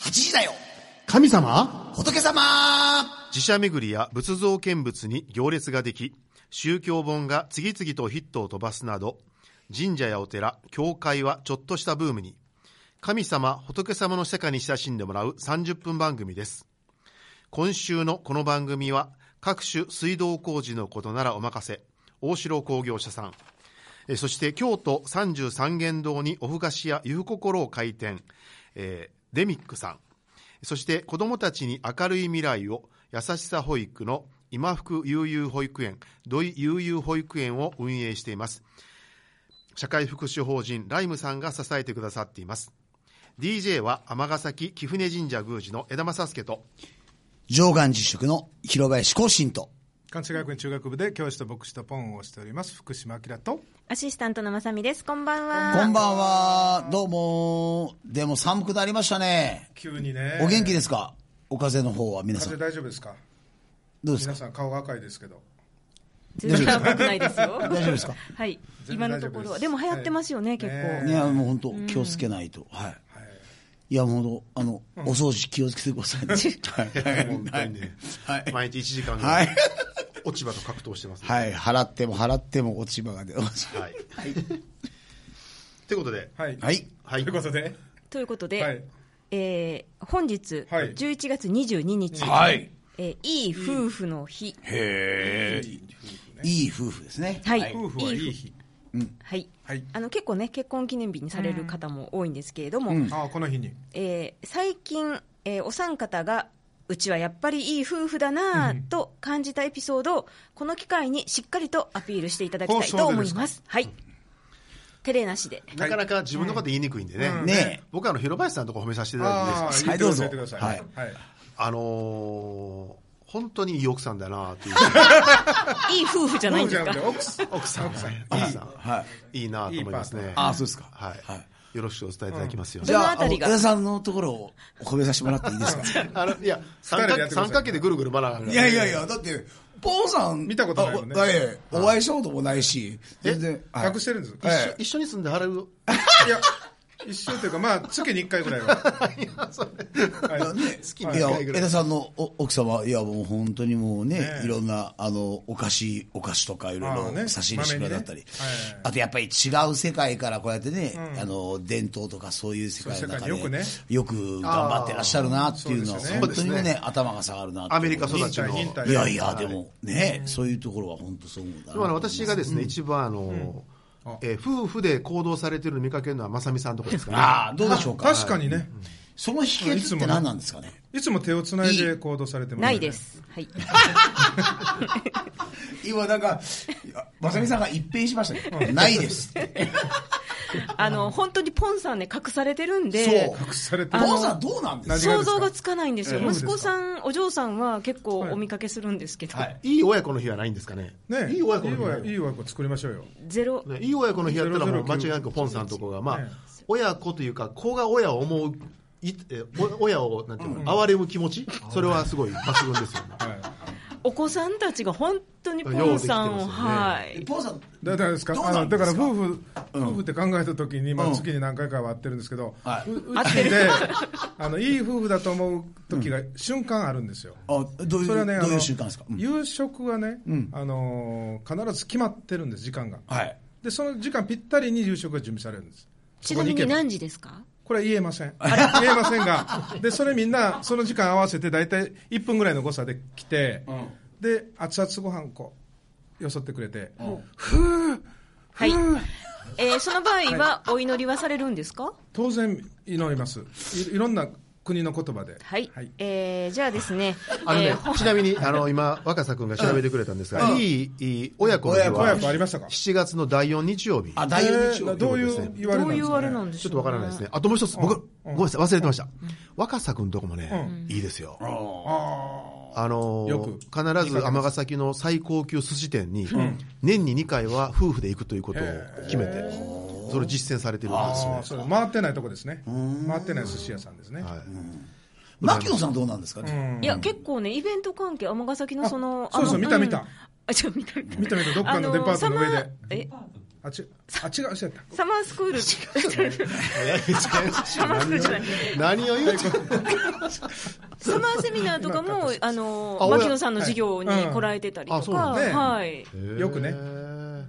8時だよ神様仏様寺社巡りや仏像見物に行列ができ宗教本が次々とヒットを飛ばすなど神社やお寺教会はちょっとしたブームに神様仏様の世界に親しんでもらう30分番組です今週のこの番組は各種水道工事のことならお任せ大城工業者さんえーそして京都三十三間堂におふ菓子屋ゆふ心を開店、えーデミックさんそして子どもたちに明るい未来を優しさ保育の今福悠々保育園土井悠々保育園を運営しています社会福祉法人ライムさんが支えてくださっています DJ は尼崎貴船神社宮司の枝正介と上岸実食の広林行進と関西学院中学部で教師と牧師とポンをしております福島明とアシスタントのまさみです。こんばんは。こんばんはどうもでも寒くなりましたね急にねお元気ですかお風邪の方は皆さ風ん邪大丈夫ですかどうです皆かさん顔が赤いですけど全然赤くないですよ。大丈夫ですかはい。全今然の大丈夫ですところは。でも流行ってますよね、はい結ね構。ねもう本当気をつけないとはいいやもうほんとあの、お掃除気をつけてくださいね はい本当にね、はい毎日1時間ぐはらいい落ち葉と格闘してます、ねはい払っても払っても落ち葉が出ますはい。ということで、はい、はいはといいう。ことでということはでい、えー本日、はい11月22日、はい。えーいい夫婦の日。へえ。いい夫婦ですねはい。夫婦はいい日はい。はいあの結構ね、結婚記念日にされる方も多いんですけれども、ああこの日にえー最近、えーお三方がうちはやっぱりいい夫婦だなぁと感じたエピソードを、この機会にしっかりとアピールしていただきたいと思います。はい。照れなしで。なかなか自分のこと言いにくいんでね。うんね僕はあの、広林さんのとこ褒めさせていただいていいあですかあはいどうぞ言ってくださいはいはいあのー、本当にいい奥さんだなっていう。いい夫婦じゃない夫ん婦でじすゃかなくて。奥さ奥さん、ん奥さん、いいえ奥さん。はいいいなと思いますね。ああそうですかはいはい。よろしくお伝えいただきますよ。じゃどのあたりがの小田さんのところをお褒めさせてもらっていいですかあの、いや、三人でや角ってください三角形でぐるぐる回らない いやいやいや、だって、ポンさん。見たことないもんねあおええお会いしたこともないし、全然。はい隠してるんです一緒え一緒に住んで払う。いや一週というかまあ月に一回ぐらい ははいや、江田さんのお奥様、いや、もう本当にもうね、ねえいろんな、あの、お菓子、お菓子とかいろああいろね差し入れしてもらったり、豆にねはいあとやっぱり違う世界からこうやってね、あの、伝統とかそういう世界の中で、そういう世界によよく頑張ってらっしゃるなっていうのは、ああそう本ですよね当にもねそうですね頭が下がるなってアメリカ育ちの。忍耐いやいや、でもね、そういうところは本当そう思うんだなでもあの私がですね、一番あの、えー夫婦で行動されてるのを見かけるのはまさみさんのとこですから、ね。ああ、どうでしょうか。確かにねその秘訣って何なんですかねいつも手をつないで行動されてますないです。はい。 今なんか、いやまさみさんが一変しましたね。ないですって。あの、本当にポンさんね、隠されてるんそうで、。隠されておる父さんどうなんです何がです想か像がつかないんですよ。ええ息子さん、お嬢さんは結構お見かけするんですけど、いい親子の日はないんですかね。ねいい親子の日いはい親いい親子作りましょうよゼロ、ね、いい親子の日やったらもう間009違いなくポンさんのとこが、まあね、親子というか、子が親を思う、いえお親を、なんていうの、哀れむ気持ち、それはすごい抜群ですよね。はいお子さんたちが本当にポンさんを、ようできてますよねはい。ポンさん、だからですかどうあなんでのだすかから夫婦、夫婦って考えたときに、まうあ、ん月に何回かは会ってるんですけど、はいううちで あのいい夫婦だと思う時が瞬間あるんですよ。あどういう、それはね、あどういのう習慣ですか、うん夕食はね、んあのー必ず決まってるんです、時間が。はい。で、その時間ぴったりに夕食が準備されるんです。そちなこみ行けにば何時ですかこれは言えません。 言えませんが、で、それみんな、その時間合わせて、大体1分ぐらいの誤差で来て、で、熱々ご飯こう、よそってくれて、はい。えーその場合は、お祈りはされるんですか当然祈りますいいろんな国の言葉でははい。えーじゃあですね、あのえねーほ、ちなみに、あの、今、若狭くんが調べてくれたんですが、いい、いい親子の日親子親は、子ありましたか7月の第4日曜日。あ、第4日えー曜どとういいうう言われどなんですかねういうあれなんでしちょっょうとわからないですね。あともう一つ、僕、ごめんなさい、忘れてました。若狭くんとこもね、いいですよ。あのーよく必ず尼崎の最高級寿司店に、年に2回は夫婦で行くということを決めて、それ実践されてるんですあねあ。そう回ってないとこですね回ってない寿司屋さんですねはい牧野さんどうなんですかね、いや、結構ね、イベント関係、尼崎のその、あそうそうあの見た見た。んあ、ちょ、見た見た。見た見たどっかのデパートの上であのーサマーえああちあ違う人やったサマースクール。 サマースクールじゃない。 何を言うてサマーセミナーとかも、あの、あ牧野さんの授業にはいうん来られてたりあとそうなか、んだねはい。よくね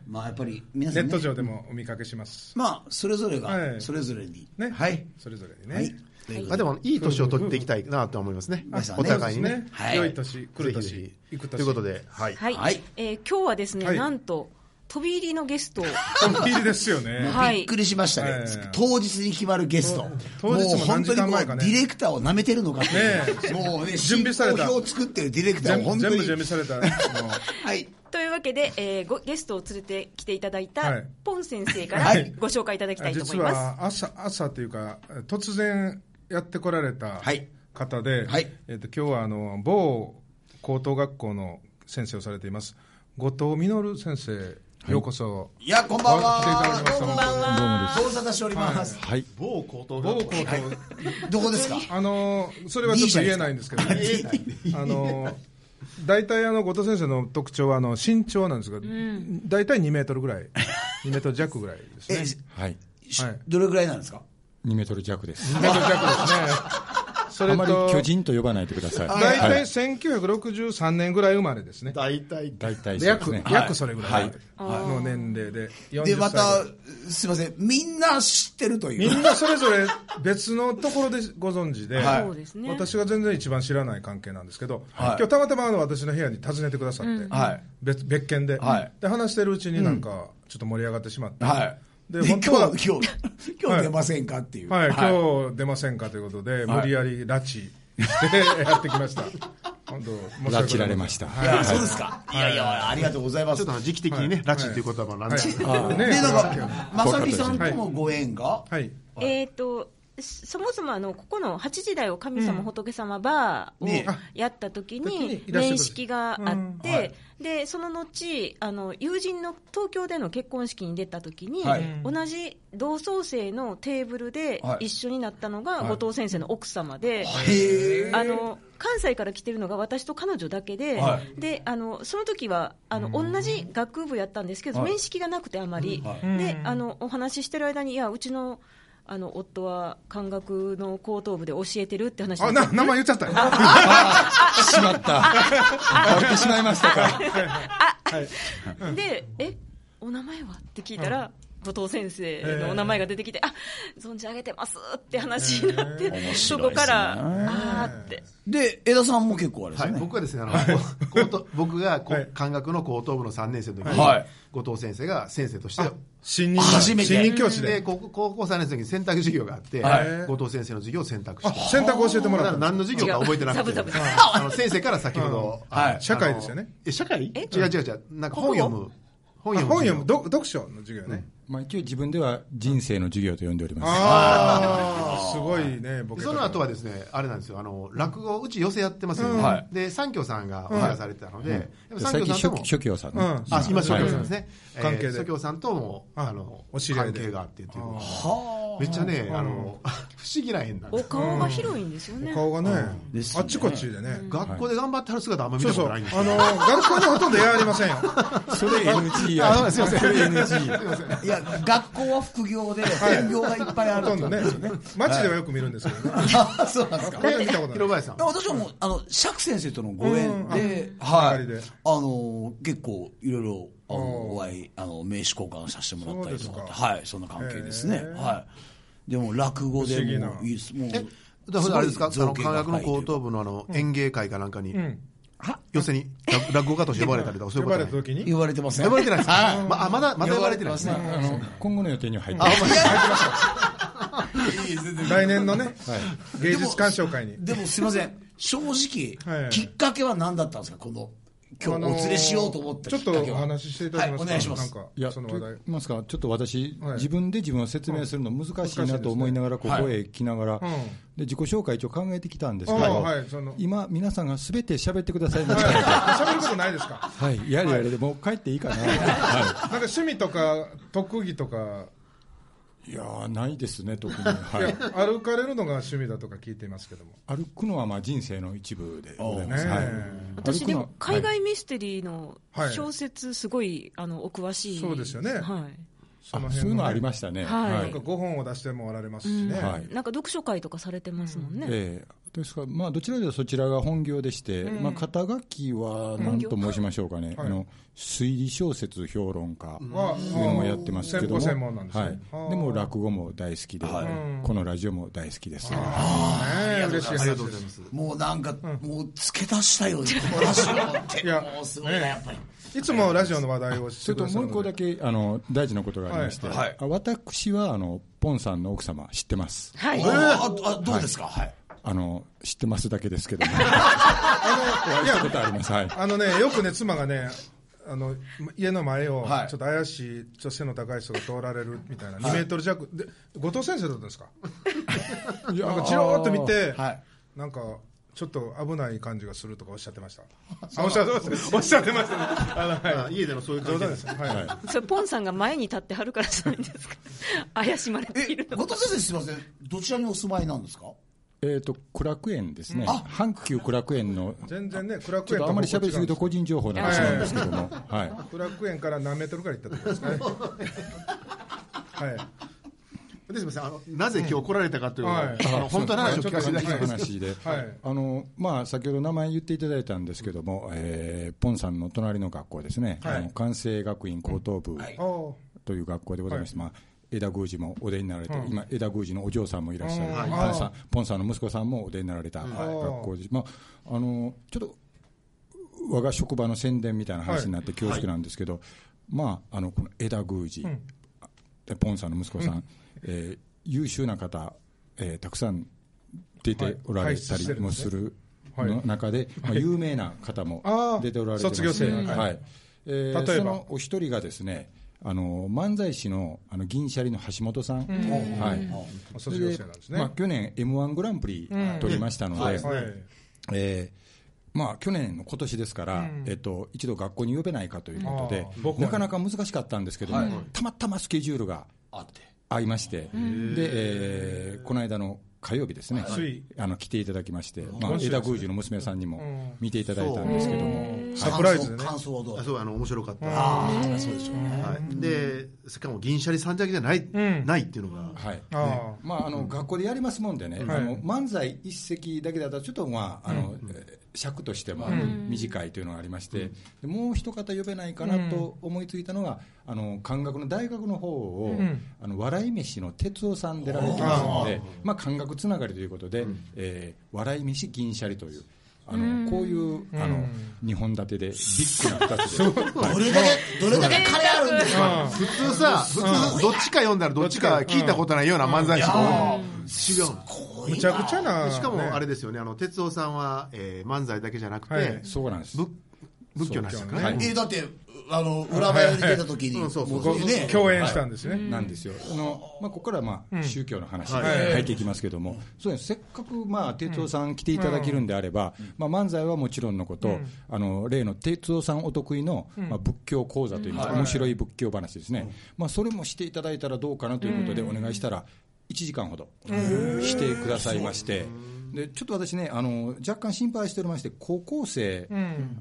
まあやっぱり皆ネさん、ッね、ト上でもお見かけします。まあそれぞれはがいそれぞれに、ね。はい、それぞれにはいね。、ということあでもいい年を取っていきたいなと思いますね皆さんねお互いにねねはい良い年、来るぜひぜ年、ひ行くと年。いうこと ではいはい。はいえー今日はですね、はいなんと、飛び入りのゲストを、ドッキリですよ ね。はいびっくりしましたね、ええ当日に決まるゲスト、当日ももう本当に何時間もう前デかねィレクターをなめてるのかっていう、ねえもうね、準備された進行表を作ってるディレクター全を部本当全に、部準備された。もうはい、というわけで、えーごゲストを連れてきていただいた、はいポン先生かはらいご紹介いただきたいと思い実ます。は朝朝というか、突然やってこられたはい方で、はいえっと今日はあの某高等学校の先生をされています、後藤実先生、ようこそ、いや、こんばん来ていただはき、ましたこんばんどうもは、ご無沙汰しております、はい。某高等某高等、どこですか、あのそれはちょっと言えないんですけど、ね、あの大体あの後藤先生の特徴はあの身長なんですが、大体2メートルぐらい、2メートル弱ぐらいですねえ。はい。しはいどれぐらいなんですか、 2メートル弱です。 2メートル弱です ね。そあまり巨人と呼ばないでください。大は体い1963年ぐらい生まれですね。大体大体でそうです約ね。約それぐらはいの年齢で。40で、また歳ぐらい、すみません、みんな知ってるといみう、んなそれぞれ別のところでご存知で、はいそうですね私が全然一番知らない関係なんですけど、はい今日たまたまあの私の部屋に訪ねてくださって、はい別別件で,、はいで、話してるうちになんかちょっと盛り上がってしまって、はい、でで今本日当は今日 今日出ませんかっていう、はい、はい今日出ませんかということで、無理やり拉致して やってきました。本当申し訳ござい拉せん致られました。いやそうですか、いやいや、ありがとうございまちょすっと。時期的にね拉致っていう言葉なんではい、ねで、なんか、まさみさんともご縁が、はい、えー、とそそもそもあのここの8時台を神様、仏様バーをねやった時時ににいらっしゃる面識があって、うんはでその後あの友人の東京での結婚式に出た時に、はい同じ同窓生のテーブルではい一緒になったのが後藤先生の奥様で。へえ。あの関西から来てるのが私と彼女だけで、はであのその時はあの同じ学部やったんですけど、面識がなくてあまり、はであのお話ししてる間にいやうちのあの夫は漢学の高等部で教えてるって話あにななって名前言っちゃったよ、しまった。変わってしまいましたか。でえお名前はって聞いたら、後藤先生のお名前が出てきて、あ存じ上げてますって話になって、そこから、あーって、で、江田さんも結構あれですはよい、ね。僕はですね、あの、高等僕がこう漢学の高等部の3年生の時に、はい後藤先生が先生として、新任初めて新任教師でで、高校高校3年生の時に選択授業があって、はい後藤先生の授業を選択して、選択を教えてもだかららった何の授業か覚えてなくて、違うサブサブ あの先生から先ほど、んはいあの社会ですよね。え社会違う違う違う、なんか本読む、本あ読む本読む、読読書の授業ね、まあ一応自分では人生の授業と呼んでおります。ああ、すごいね、僕その後はですね、あれなんですよ、あの落語、うち寄せやってますよね、で三協さんがお世話されてたので、でも最近と諸も諸教さんねうんあ、今、諸はい教さんですね。えー関係で諸教さんとも、ああの、お知り合い関で係があってっていうことで。めっちゃね、あの、不思議な縁なんでおす。顔が広いんですよね。顔がね、ですあねっちこっちでね、学校で頑張ってはる姿あんま見たそうこそう、となあいんのですよ。学校でほとんどやられませんよ、それ NG や。あ、すいません。それ NG。いや、学校は副業で、本業がいっぱいあほるとんどね、街ではよく見るんですけどね、あ そうなんですか。まだ見たこと広ない。林さん。私はもう、あの、釈先生とのご縁で、あはつながりでい。あの、結構、いろいろ、あうんの、お会い、あの、名刺交換させてもらったりとそうかで、すかはい、そんな関係ですねへ。ーはい。でも、落語で不思議なもう、いいです。もう、え、だからあれですか、あすごの、い造形科が学の深いという高等部のあの、演芸会かなんかにん、寄せに、 落落語家として呼ばれたりとか、そうい呼うこばとれなたい時に、言われてますね。呼ばれてないですはかまあ、まだ、まだ呼ばれてないですね。呼ばれてあの、今後の予定には入ってあ、まおす。前、来年のね、芸術鑑賞会に。でもすいません、正直、はいきっかけは何だったんですか、この今あ日のおー連れしようと思ったちきょっっかけはとお話ししていただけますか、はいお願いしますなんかいや、そとの言話い題ますか、ちょっと私、はい自分で自分を説明するの難しいなと思いながら、こ難しいですねこへ来ながら、いうんで自己紹介一応考えてきたんですけど、あはいその今、皆さんがすべて喋ってくださいま したから、喋ることないですか、はい、やれやれで、もう帰って いいかな、はなんか趣味とか特技とか、い、いやー、ないですね、特に、はいい、や歩かれるのが趣味だとか聞いていますけども、歩くのはまあ人生の一部でございます、ねえはい、私歩でくのも海はい外ミステリーのはい小説すごいあのお詳しいそうですよねはいそのあそうい辺うののありねましたね。はいなんか5本を出してもおられますしね、うんはいなんか読書会とかされてますもんね。ええですから、まあ、どちらかというとそちらが本業でして、まあ、肩書きは何と申しましょうかね、はいあの推理小説評論家はというのもやってますけども、専門なんですね、はい、でも落語も大好きで、このラジオも大好きです。ね嬉しいありがとうご話でざいすます。もうなんか、もう付け足したよ、この話をって。いやもうすごいな、やっぱり。いつもラジオの話題をしそてれくとださもるう一個だけけあの大事なことがありまして、はあ私はあのポンさんの奥様知ってますはい。ああどうですか、はい。あの知ってますだけですけ どもあのいしたことやありますはいあのねよくね妻がねあの家の前をはいちょっと怪しい、ちょっと背の高い人が通られるみたいな、2メートル弱で後藤先生だったんですかなんかじろーっと見て、はいなんかちょっと危ない感じがするとかおっしゃってましたあおっしゃってましたおっしゃってましたねあのはあい家でもそういう感じ冗談でですす。はい、はいそれポンさんが前に立ってはるからじゃないです か。怪しまれているえ、後藤先生すみません、どちらにお住まいなんですかえっ、と苦楽園ですね阪急苦楽園の全然ね苦楽ちょっ園とあんまり喋りすぎるとこ個人情報になってしまうんですけども、はい、苦楽園から何メートルから行ったところです かねはいですみませんあの、なぜ今日来られたかというのは、はいあの本当の話を聞かせていただきちょっとま話す。で、はいあのまあ、先ほど名前言っていただいたんですけども、えーポンさんの隣の学校ですね、はいあの関西学院高等部あーという学校でございまして、まあ、枝宮司もお出になられて、うん今、枝宮司のお嬢さんもいらっしゃる、はいポンさんポンさんの息子さんもお出になられた学校で、まあ、あのちょっと我が職場の宣伝みたいな話になって恐縮なんですけど、まあ、あのこの枝宮司、でポンさんの息子さん、えー優秀な方、えーたくさん出ておられたりもするはいはいの中で、まあ、有名な方もあー出ておられてます卒業生のはいえー例えばそのお一人がですねあの漫才師のあの銀シャリの橋本さん、はい、卒業生なんですね。まあ、去年 m 1グランプリ取りましたので、はい、えーまあ、去年の今年ですから、えっと、一度学校に呼べないかということであー僕、はねなかなか難しかったんですけども、たまたまスケジュールがあって。合いまして、で、えーこの間の火曜日ですね、ついあの来ていただきまして、まあ、今週ですね枝宮司の娘さんにも見ていただいたんですけども、サプライズでね感想はどうあだそうあの面白かった、ああ、そうでしょうね。はい、でしかも銀シャリさんだけじゃない,、んないっていうのが、はい。あまあ、あの学校でやりますもんでね、はいあの漫才一席だけだと、ちょっと、まああのえー尺としても短いというのがありまして、でもう一方呼べないかなと思いついたのが、あの漢学の大学の方を、あの笑い飯の哲夫さん出られてますので、まあ、漢学つながりということで、えー笑い飯銀シャリという。あのこういうあの2本立てでビッグな2つで どれだけ、どれだけ彼あるんですか普通さ普通どっちか読んだらどっちか聞いたことないような漫才師と、違うこういうあ、むちゃくちゃな、しかもあれ、れですよねあの哲夫さんは、えー漫才だけじゃなくて、はいそうなんです仏仏教の話だからね、はいえだって、あの、裏前に出た時に、うんそうそうもごね、共演したんですね。なんですよ、あのまあ、ここからはまあ宗教の話はい書いていきますけども、そうですせっかくまあ哲夫さん来ていただけるんであれば、まあ、漫才はもちろんのこと、あの例の哲夫さんお得意のまあ仏教講座といいますか、面白い仏教話ですね、まあ、それもしていただいたらどうかなということで、お願いしたら、1時間ほどしてくださいまして。でちょっと私ねあの、若干心配しておりまして、高校生、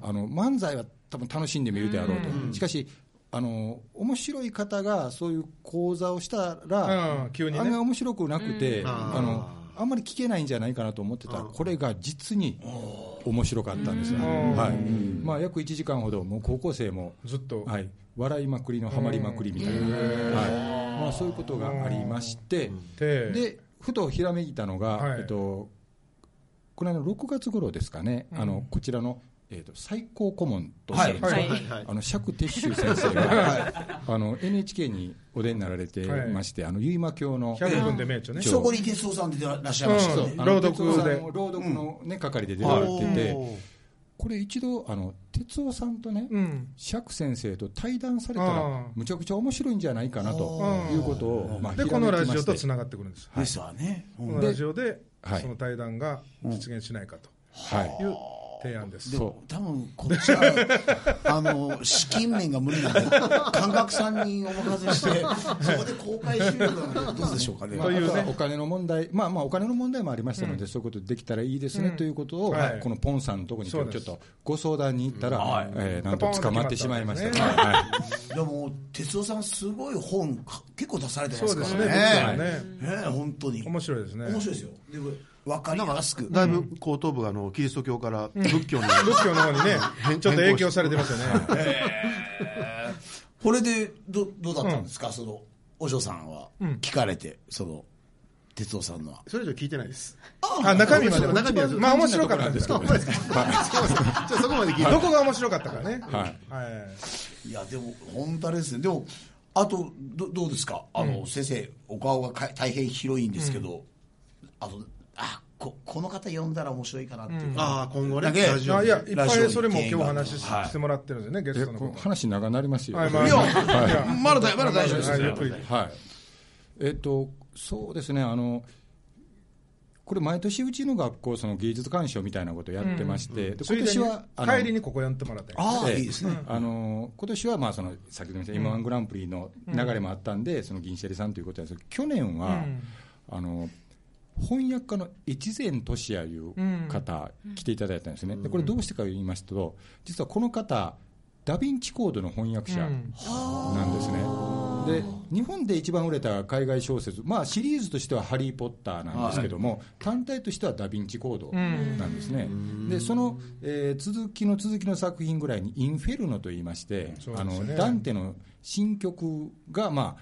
あの漫才は多分楽しんでみるであろうと、しかし、あの面白い方がそういう講座をしたら、うん急にねあんまり面白くなくて、あのあんまり聞けないんじゃないかなと思ってたら、これが実に面白かったんですよ、はいまあ、約1時間ほど、もう高校生も、ずっとはい、笑いまくりのハマりまくりみたいな、はいまあ、そういうことがありまして、ででふとひらめいたのが、はいえっと、この間6月頃ですかね、あのこちらの、えっと、最高顧問とおっしゃるんですかはいはいはいあの釈徹宗先生が、あの NHK にお出になられてまして、あの結馬教の100分で名著ね。一応そこに哲夫さん出てらっしゃいましたうねん。あの朗読で哲夫さんも朗読の、ね係で出られてて、おーこれ一度あの哲夫さんとね、うん。釈先生と対談されたあらーむちゃくちゃ面白いんじゃないかなとうんいうことを、まあ、で、ひこらめのきまラしてジオとつながってくるんです。ですわね。うんこのラジオで、はいその対談が実現しないかとはいいう提案です。そう多分こっちはあの資金面が無理なんで感覚さんにお任せしてそこで公開収録なんでどうでしょうかね、まあ、あとはお金の問題、まあまあ、お金の問題もありましたので、そういうことできたらいいですね、ということを、はいこのポンさんのところにちそょうっですとご相談に行ったら、はいえーなんと捕まってしまいました。ポンと決はいでも哲夫さんすごい本か結構出されてまそすうかですらね。ねはいねねえ本当に面白いですね。面白いですよで分かりやすくだいぶ後頭部があのキリスト教から仏教に、仏教の方にね変、ちょっと影響されてますよね。これでどどうだったんですか、そのお嬢さんは聞かれて、その哲夫さんのはそれ以上聞いてないです。あ、中身まで。中身はまあ面白かったんですけど。あ、ほんまですか。じゃあそこまで聞いて。どこが面白かったかね。はいはい。いやでも本当あれですねでもあとどどうですかあの、先生お顔がか大変広いんですけど、あとあここの方呼んだら面白いかなっていうか、ああ、今後ね、だけラジオあでいや、いっぱラジオいにそれも今日話しはいしてもらってるんですよね、ゲえストのここのと。話長なりますよ。はいまはいあいや、はいまだ大まだ大丈夫です、はいゆっくりはいえっとそうですねあのこれ毎年うちの学校その芸術鑑賞みたいなことをやってまして、でつ今いで年にはあの帰りにここやってもらって。ああええいいですね、あの今年はまあその先ほども言った m 1グランプリの流れもあったんで、その銀シャリさんということなんですけど去年は、あの翻訳家の越前俊也いう方、来ていただいたんですね、でこれどうしてか言いますと実はこの方ダ・ヴィンチコードの翻訳者なんですね、で日本で一番売れた海外小説、まあ、シリーズとしては「ハリー・ポッター」なんですけども、単体としては「ダ・ヴィンチコード」なんですね、でその、えー続きの続きの作品ぐらいに「インフェルノ」と言いまして、そうであすねのダンテの新曲が、ま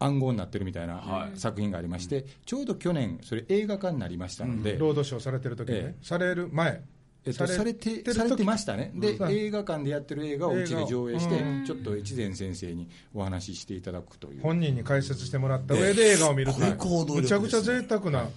あ、暗号になってるみたいな作品がありまして、ちょうど去年、それ映画化になりましたので、ロードショーされてる時にえね。される前。えっと、されてされてましたね、で映画館でやってる映画をうちで上映して、ちょっと越前先生にお話ししていただくという。本人に解説してもらった上で映画を見るとすごい行動力むちゃくちゃ贅沢な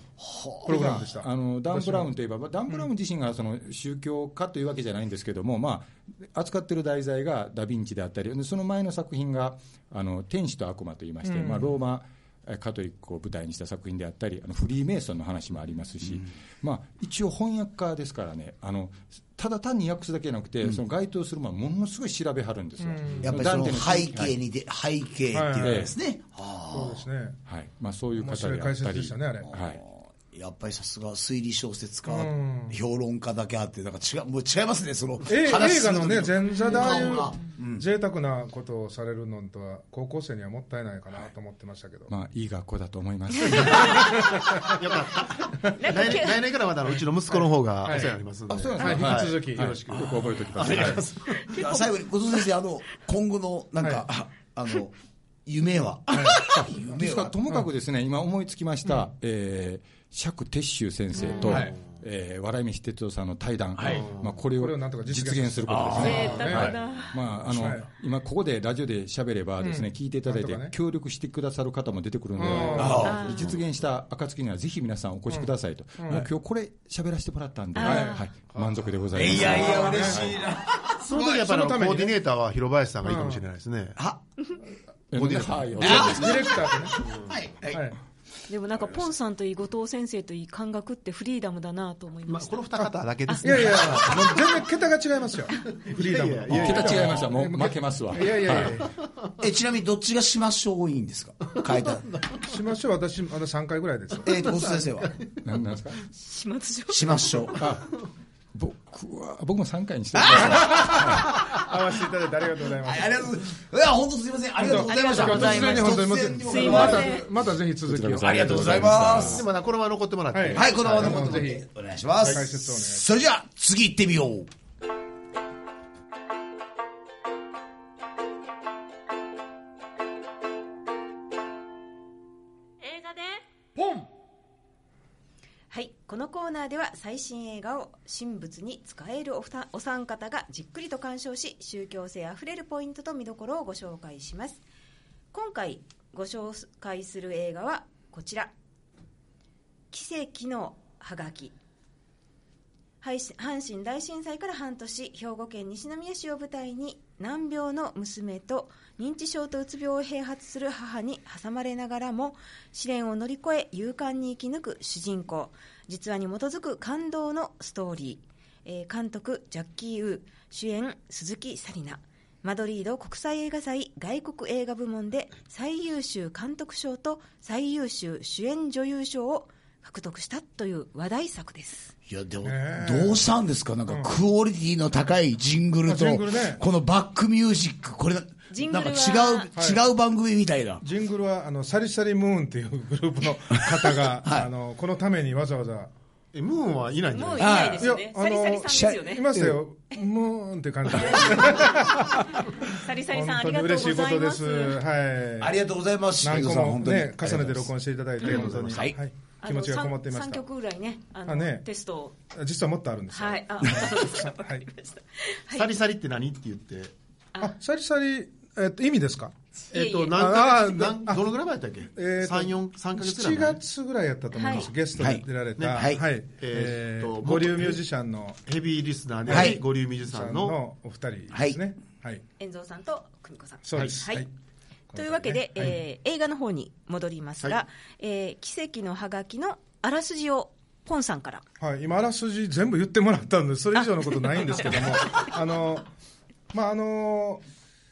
プログラムでした。あのダン・ブラウンといえば、ダン・ブラウン自身がその宗教家というわけじゃないんですけども、まあ、扱ってる題材がダ・ヴィンチであったり、でその前の作品があの天使と悪魔といいまして、まあ、ローマえカトリックを舞台にした作品であったり、あのフリーメイソンの話もありますし、まあ、一応、翻訳家ですからねあの、ただ単に訳すだけじゃなくて、その該当するものはものすごい調べはるんですよ。やっぱりダそンのテ背はい景にで、背景っていうかですね、あそうですね。はいまあ、そういう面方白いであ解った説り、でしたね、あれ。あはい、やっぱりさすが推理小説家、ん評論家だけあってなんか違うもう違いますねそのえ話映す画るのね時前座でああい顔がう贅沢なことをされるのとは高校生にはもったいないかなと思ってましたけど、まあ、いい学校だと思います。来なんか年来年からまだあのうちの息子の方がお世話になりますので。あそうなはんいですね、はい引き続きよろしくはいよく覚えておきます。いや最後に後藤先生あの今後のなんか、ああの夢は、で夢すからはともかくですね、今思いつきました、えー釈徹宗先生と、はいえー笑い飯哲夫さんの対談、まあ、これこれををなんとか実実現現することですね。贅は沢いだ、まあ、あの、はい今ここでラジオで喋ればですね、聞いていただいなんて、とかね協力してくださる方も出てくるので、あで実現した暁にはぜひ皆さんお越しくださいと、もう今日これ喋らせてもらったんで、はい、満足でございます。いやいや嬉しいな、その時やっぱりあのコそのためにーねディネーターは広林さんがいいかもしれないですね。あえーはい、ディレクターはい、とね、はい、でもなんかポンさんといい後藤先生といい感覚ってフリーダムだなと思いままあしこた、の二方だけですいね。やいや、もう全然桁が違いますよ、フリーダムのいやいやいや桁違いました、もう負けますわ。いやいやいや、えちなみにどっちがしましょう多いんですか書いたしましょう、私、まだ3回ぐらいですよ、えっ、と後藤先生はなんなんですか島津城しましょうあ 僕は、僕も3回にしてください。合わせていただいてありがとうございまはいす。ありがとうございますいや本当すいませんありがとうございましたありがとうござい突ま然に本当に突然にすいいまませせんんまたぜひ続きをありがとうございますでもなこのまま残ってもらって。はいはい、このままのことはいでお願いします。解説をお願いしますそれじゃあ、次行ってみよう。映画ではいこのコーナーでは最新映画を神仏に使えるおふたお三方がじっくりと鑑賞し宗教性あふれるポイントと見どころをご紹介します今回ご紹介する映画はこちら「奇跡のハガキ」はい阪神大震災から半年兵庫県西宮市を舞台に難病の娘と認知症とうつ病を併発する母に挟まれながらも試練を乗り越え勇敢に生き抜く主人公実話に基づく感動のストーリーえー監督ジャッキー・ウー主演鈴木紗理奈マドリード国際映画祭外国映画部門で最優秀監督賞と最優秀主演女優賞を獲得したという話題作ですいやでもねえどうしたんですかなんかクオリティの高いジングルとジングルねこのバックミュージックこれなジンなグんルかは違う違う番組みたいなジングルはあのサリサリムーンっていうグループの方 が、あのこのためにわざわざえムーンはいないんじゃもなういいですかないですよねいやサリサリさんですよいねましたよ、ムーンっていう感じで、サリサリ本さんあ当にりがとうご嬉しいこざいとで、ますすあはい、りがとうございます何個さんも、本当にね、重ねて録音していただいて、本当に、はいあ気持のちがこもっていまし3た、曲ぐらいねあのあねテストを実はもっとあるんですよ、はいあそうですかわはかいりましたサリサリって何って言って、あシャリシャリ、えっと、意味ですか、えっと、いえいえ何あ回ー何あどのぐらい前だったっけ、えーと三四三ヶ月7ぐらい前月ぐらいやったと思います、はいゲストで出られた、はいねはいええーっとー五流ミュージシャンのヘビーリスナーではあいり、五流美術ささんんの、のお二人ですね、はい、遠藤さんと久美子さんそうです。はいというわけで、えー映画の方に戻りますが、えー奇跡のハガキのあらすじをポンさんからはい、今、あらすじ全部言ってもらったんで、それ以上のことないんですけども、あの、まあ、あの、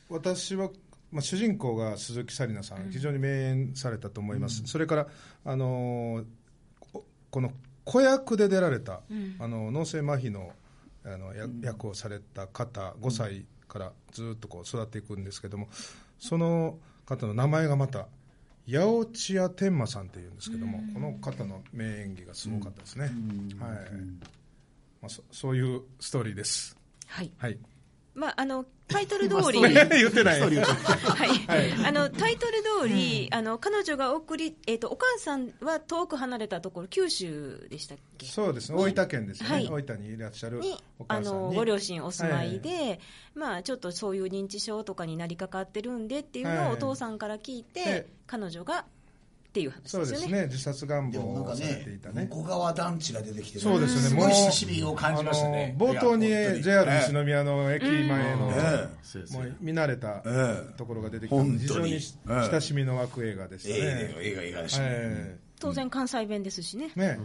私は、まあ、主人公が鈴木紗理奈さん、非常に名演されたと思います。それから、あの、ここの子役で出られた、あの、脳性麻痺の、あの、や役をされた方、5歳からずっとこう育っていくんですけども、その方の名前がまた、八百千谷天馬さんっていうんですけども、この方の名演技がすごかったですね、はいまあ、そそういうストーリーです、はいはい、まああのタイトル通 り、言って ない、 はい、あのタイトル通り、あの彼女が送り、えっ、とお母さんは遠く離れたところ九州でしたっけ？そうですね、大分県ですね、はい大分にいらっしゃるにおあ母さんのに、ご両親お住まいで、はまあ、ちょっとそういう認知症とかになりかかってるんでっていうのはをいお父さんから聞いて、ええ彼女がっていう話そうでですよすね。ね、自殺願でも望なをんかされていねたね。向川団地が出てきてねそうですねすもごうい親しみを感じましたねあの冒頭にいや本当に JR ええ西宮の駅前の、えそうですもねう見慣れたええところが出てきたので、本非常当にに親しみの湧く映画でしたね。ええ映画映画でしたね、ええ当然関西弁ですしね。ね、はい、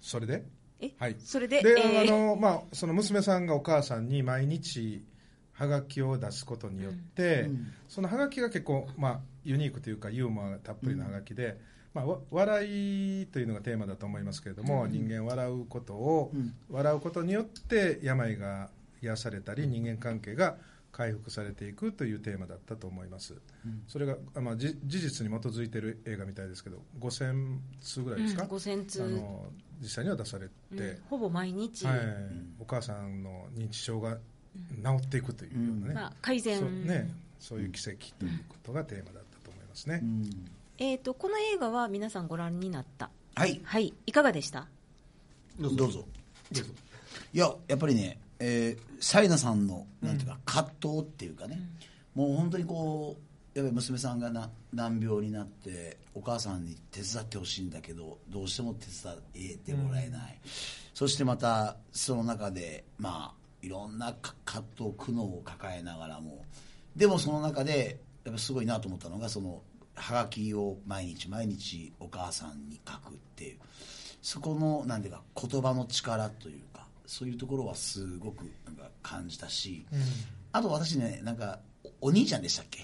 それでえはいそれでで、えーあのまあ、その娘さんがお母さんに毎日はがきを出すことによって、そのはがきが結構、まあ、ユニークというかユーモアがたっぷりのはがきで、まあ、わ笑いというのがテーマだと思いますけれども、人間笑うことを、笑うことによって病が癒されたり人間関係が回復されていくというテーマだったと思います、それが、あまあ、じ事実に基づいている映画みたいですけど5000通ぐらいですか、うん5000通あの実際には出されて、うんほぼ毎日、はいお母さんの認知症が治っていくというようなね,、まあ、改そう善、ねそういう奇跡ということがテーマだったと思いますね、えー、とこの映画は皆さんご覧になった、はいはい、いかがでしたどうぞいややっぱりね、えー、紗理奈さんのなんていうか、葛藤っていうかね、もう本当にこうやっぱり娘さんがな難病になってお母さんに手伝ってほしいんだけどどうしても手伝えてもらえない、そしてまたその中でまあいろんなか葛藤苦悩を抱えながらもでもその中でやっぱすごいなと思ったのがそのはがきを毎日毎日お母さんに書くっていうそこのなんていうか言葉の力というかそういうところはすごくなんか感じたし、あと私ねなんかおお兄ちゃんでしたっけ、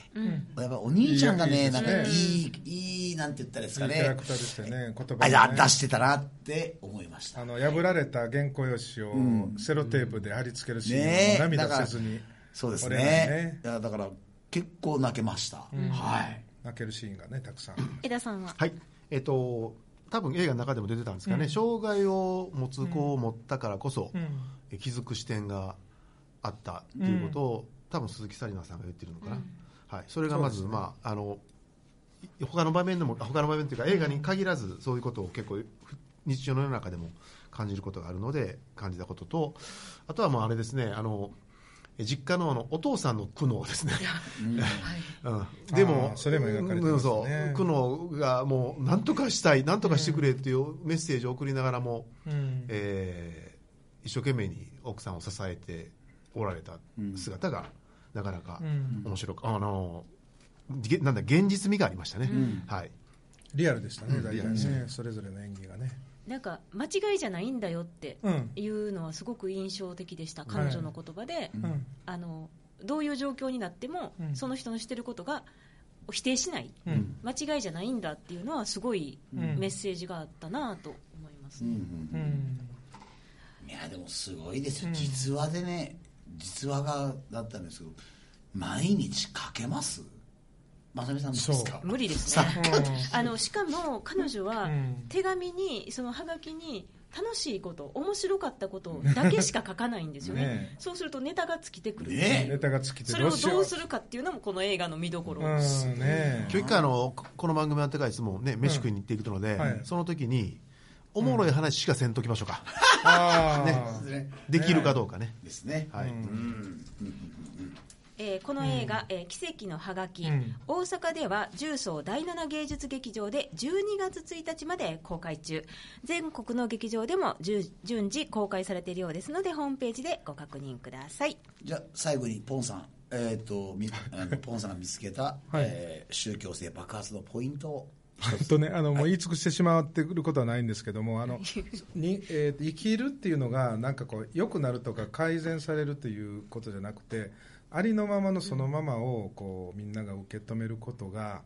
やっぱお兄ちゃんがねいいですなんねかいいいいなんて言ったらいいですかいいキねャラクターでしたよね言あ葉いもやね出してたなって思いましたあの破られた原稿用紙をセロテープで貼り付けるシーンねえも涙せずにそうですね折れないねいやだから結構泣けました、はい泣けるシーンがねたくさんありま江田さんは、はい、えっと、多分映画の中でも出てたんですかね、障害を持つ子を持ったからこそ、え気づく視点があったということを、多分鈴木紗理奈さんが言ってるのかな、はい、それがまず、まあ、あのい他の場面でもあ他の場面というか映画に限らずそういうことを結構ふ日常の世の中でも感じることがあるので感じたこととあとはもうあれですねあのえ実家のあのお父さんの苦悩ですね、うん、でもあーそれも描かれてますねうんそう苦悩がもう何とかしたい何とかしてくれっていうメッセージを送りながらも、えー一生懸命に奥さんを支えておられた姿がなかなか面白く、あのげなんだ現実味がありましたね、はいリアルでしたね大体ね、それぞれの演技がねなんか間違いじゃないんだよってうんいうのはすごく印象的でした、彼女の言葉で、うんあのどういう状況になっても、うんその人のしてることが否定しない、うん間違いじゃないんだっていうのはすごいうんメッセージがあったなと思いますうんうね、んうんいやでもすごいですよ、うん実話でね実話がだったんですけど毎日書けますまさみさんどうですか無理ですさねあのしかも彼女はうん手紙にそのハガキに楽しいこと面白かった ことだけしか書かないんですよねねえそうするとネタが尽きてくる、ねネタが尽きてそれをどうするるかっていうのもこの映画の見どころ、うんね今日一回あのここの番組のってからいつもね飯食いに行っていくので、はいその時におもろい話しかせんときましょうか、ああーねできるかどうかねですね、はい、うんうんえーこの映画「えー奇跡のハガキ」うん大阪では重曹第7芸術劇場で12月1日まで公開中全国の劇場でも順順次公開されているようですのでホームページでご確認くださいじゃあ最後にポンさんえっ、とみあのポンさんが見つけた、はいえー宗教性爆発のポイントをちょっとね、あのもう言い尽くしてしまってくることはないんですけども、あのにえー生きるっていうのが、なんかこう、良くなるとか改善されるということじゃなくて、ありのままのそのままをこうみんなが受け止めることが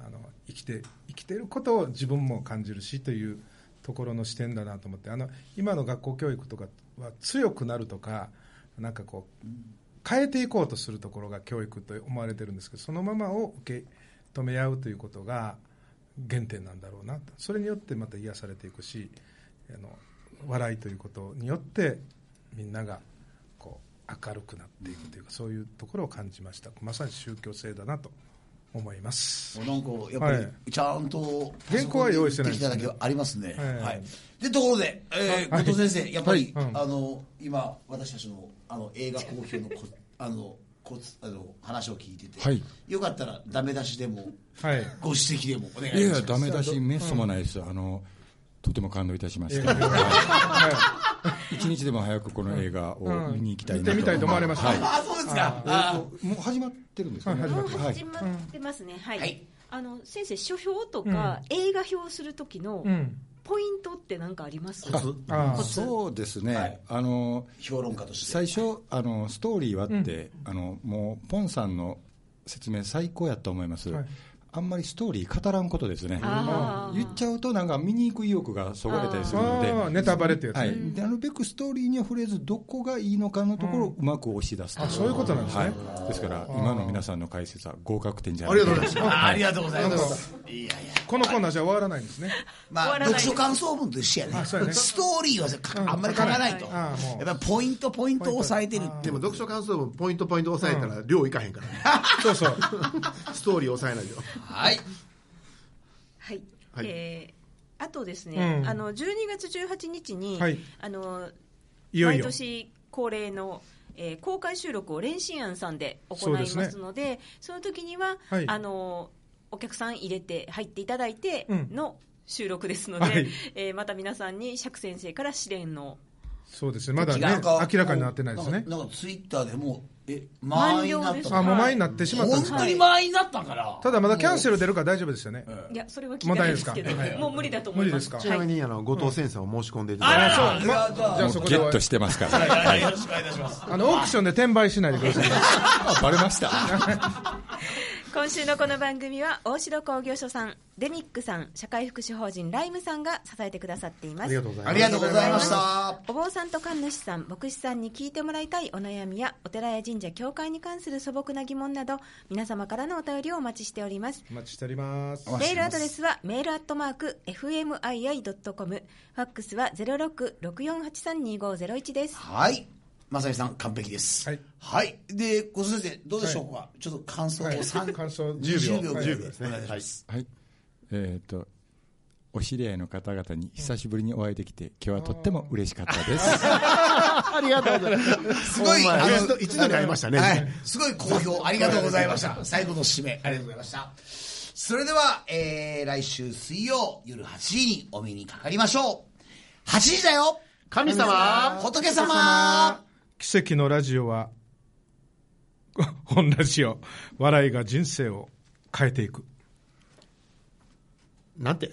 あの生きて、生きてることを自分も感じるしというところの視点だなと思って、あの今の学校教育とかは強くなるとか、なんかこう、変えていこうとするところが教育と思われてるんですけど、そのままを受け止め合うということが、原点なんだろうなとそれによってまた癒されていくしあの笑いということによってみんながこう明るくなっていくというか、そういうところを感じましたまさに宗教性だなと思います、なんかやっぱり、はいちゃんと原稿は用意してないでですすねねだけありますね、はいはい、でところで、えー、はい後藤先生やっぱり、はいうんあの今私たちのあの映画公表のこ あのこつあの話を聞いてて、はいよかったらダメ出しでもはいご指摘でもお願いしますいやいや、ダメだし、目そまないです、あのとても感動いたしました、はい一日でも早くこの映画を見に行きたいなと、うん見てみたいと思われましたはいあそうですかあえーともう始まってるんですかね、はいもまうっては始いまってますねはい、はいあの先生書評とか、映画評する時のうんポイントって何かありますコツああーそうですね、はいあの評論家として最初あの、ストーリーはって、あのもうポンさんの説明、最高やと思います、はいあんまりストーリー語らんことですね、あー言っちゃうと、なんか見に行く意欲がそがれたりするので。あーネタバレってやつ、はい、なるべくストーリーには触れず、どこがいいのかのところをうまく押し出すと、あそういうことなんですねはいですから、今の皆さんの解説は合格点じゃあないりかがとうございます、あありがとうございまなんだすいやいやこのコーナーじゃ終わらないんですねまあ、終わらない読書感想文と一緒やねあそうやねストーリーはさかあんまり書かないと、うんやあーもっうぱりポイントポイントを押さえてるってでも読書感想文ポイントポイント押さえたら量いかへんからね、そうそうストーリー押さえないよはいはい、はいえーあとですね、うんあの12月18日に、はいあのいよいよ毎年恒例の、えー公開収録を連心庵さんで行そうでいすまねすのでその時には、はいあのお客さん入れて入っていただいてうんの収録ですので、はいえーまた皆さんに釈先生から試練のそうですねまだねなんか明らかになってないですねんかなんかツイッターでもうえ満員になっ満了ですたかあもう前になってしまったん本ですね、当に満員になったからただまだキャンセル出るから大丈夫ですよね、いやそれは聞かないですけどもう大丈夫ですかはいもう無理だと思います無理でちすかなはいみにあの後藤先生を申し込んでいたあだららいて、じゃあじゃあじゃあもそこうでゲ終わッりトしてますから、はい、よろしくお願いいたしますあのオークションで転売しないでください あバレました。今週のこの番組は大城工業所さんデミックさん社会福祉法人ライムさんが支えてくださっていますありがとうございますありがとうございましたお坊さんと神主さん牧師さんに聞いてもらいたいお悩みやお寺や神社教会に関する素朴な疑問など皆様からのお便りをお待ちしておりますお待ちしております。お待ちしてメールまアすドレスはメールアットマーク FMII.com ファックスは0664832501ですはいまさみさん完璧ですはいはいでご先生どうでしょうかちょっと感想をはい3感想10 10秒秒ぐらい10でお秒で願いしますはい、えっ、と、お知り合いの方々に久しぶりにお会いできて、今日はとっても嬉しかったです。ありがとうございますすごいお前あの一度一度に会いましたね、はい、すごい好評ありがとうございました最後の締めありがとうございましたそれでは、えー、来週水曜夜8時にお目にかかりましょう8時だよ神様仏様奇跡のラジオは、 本ラジオ、笑いが人生を変えていく。なんて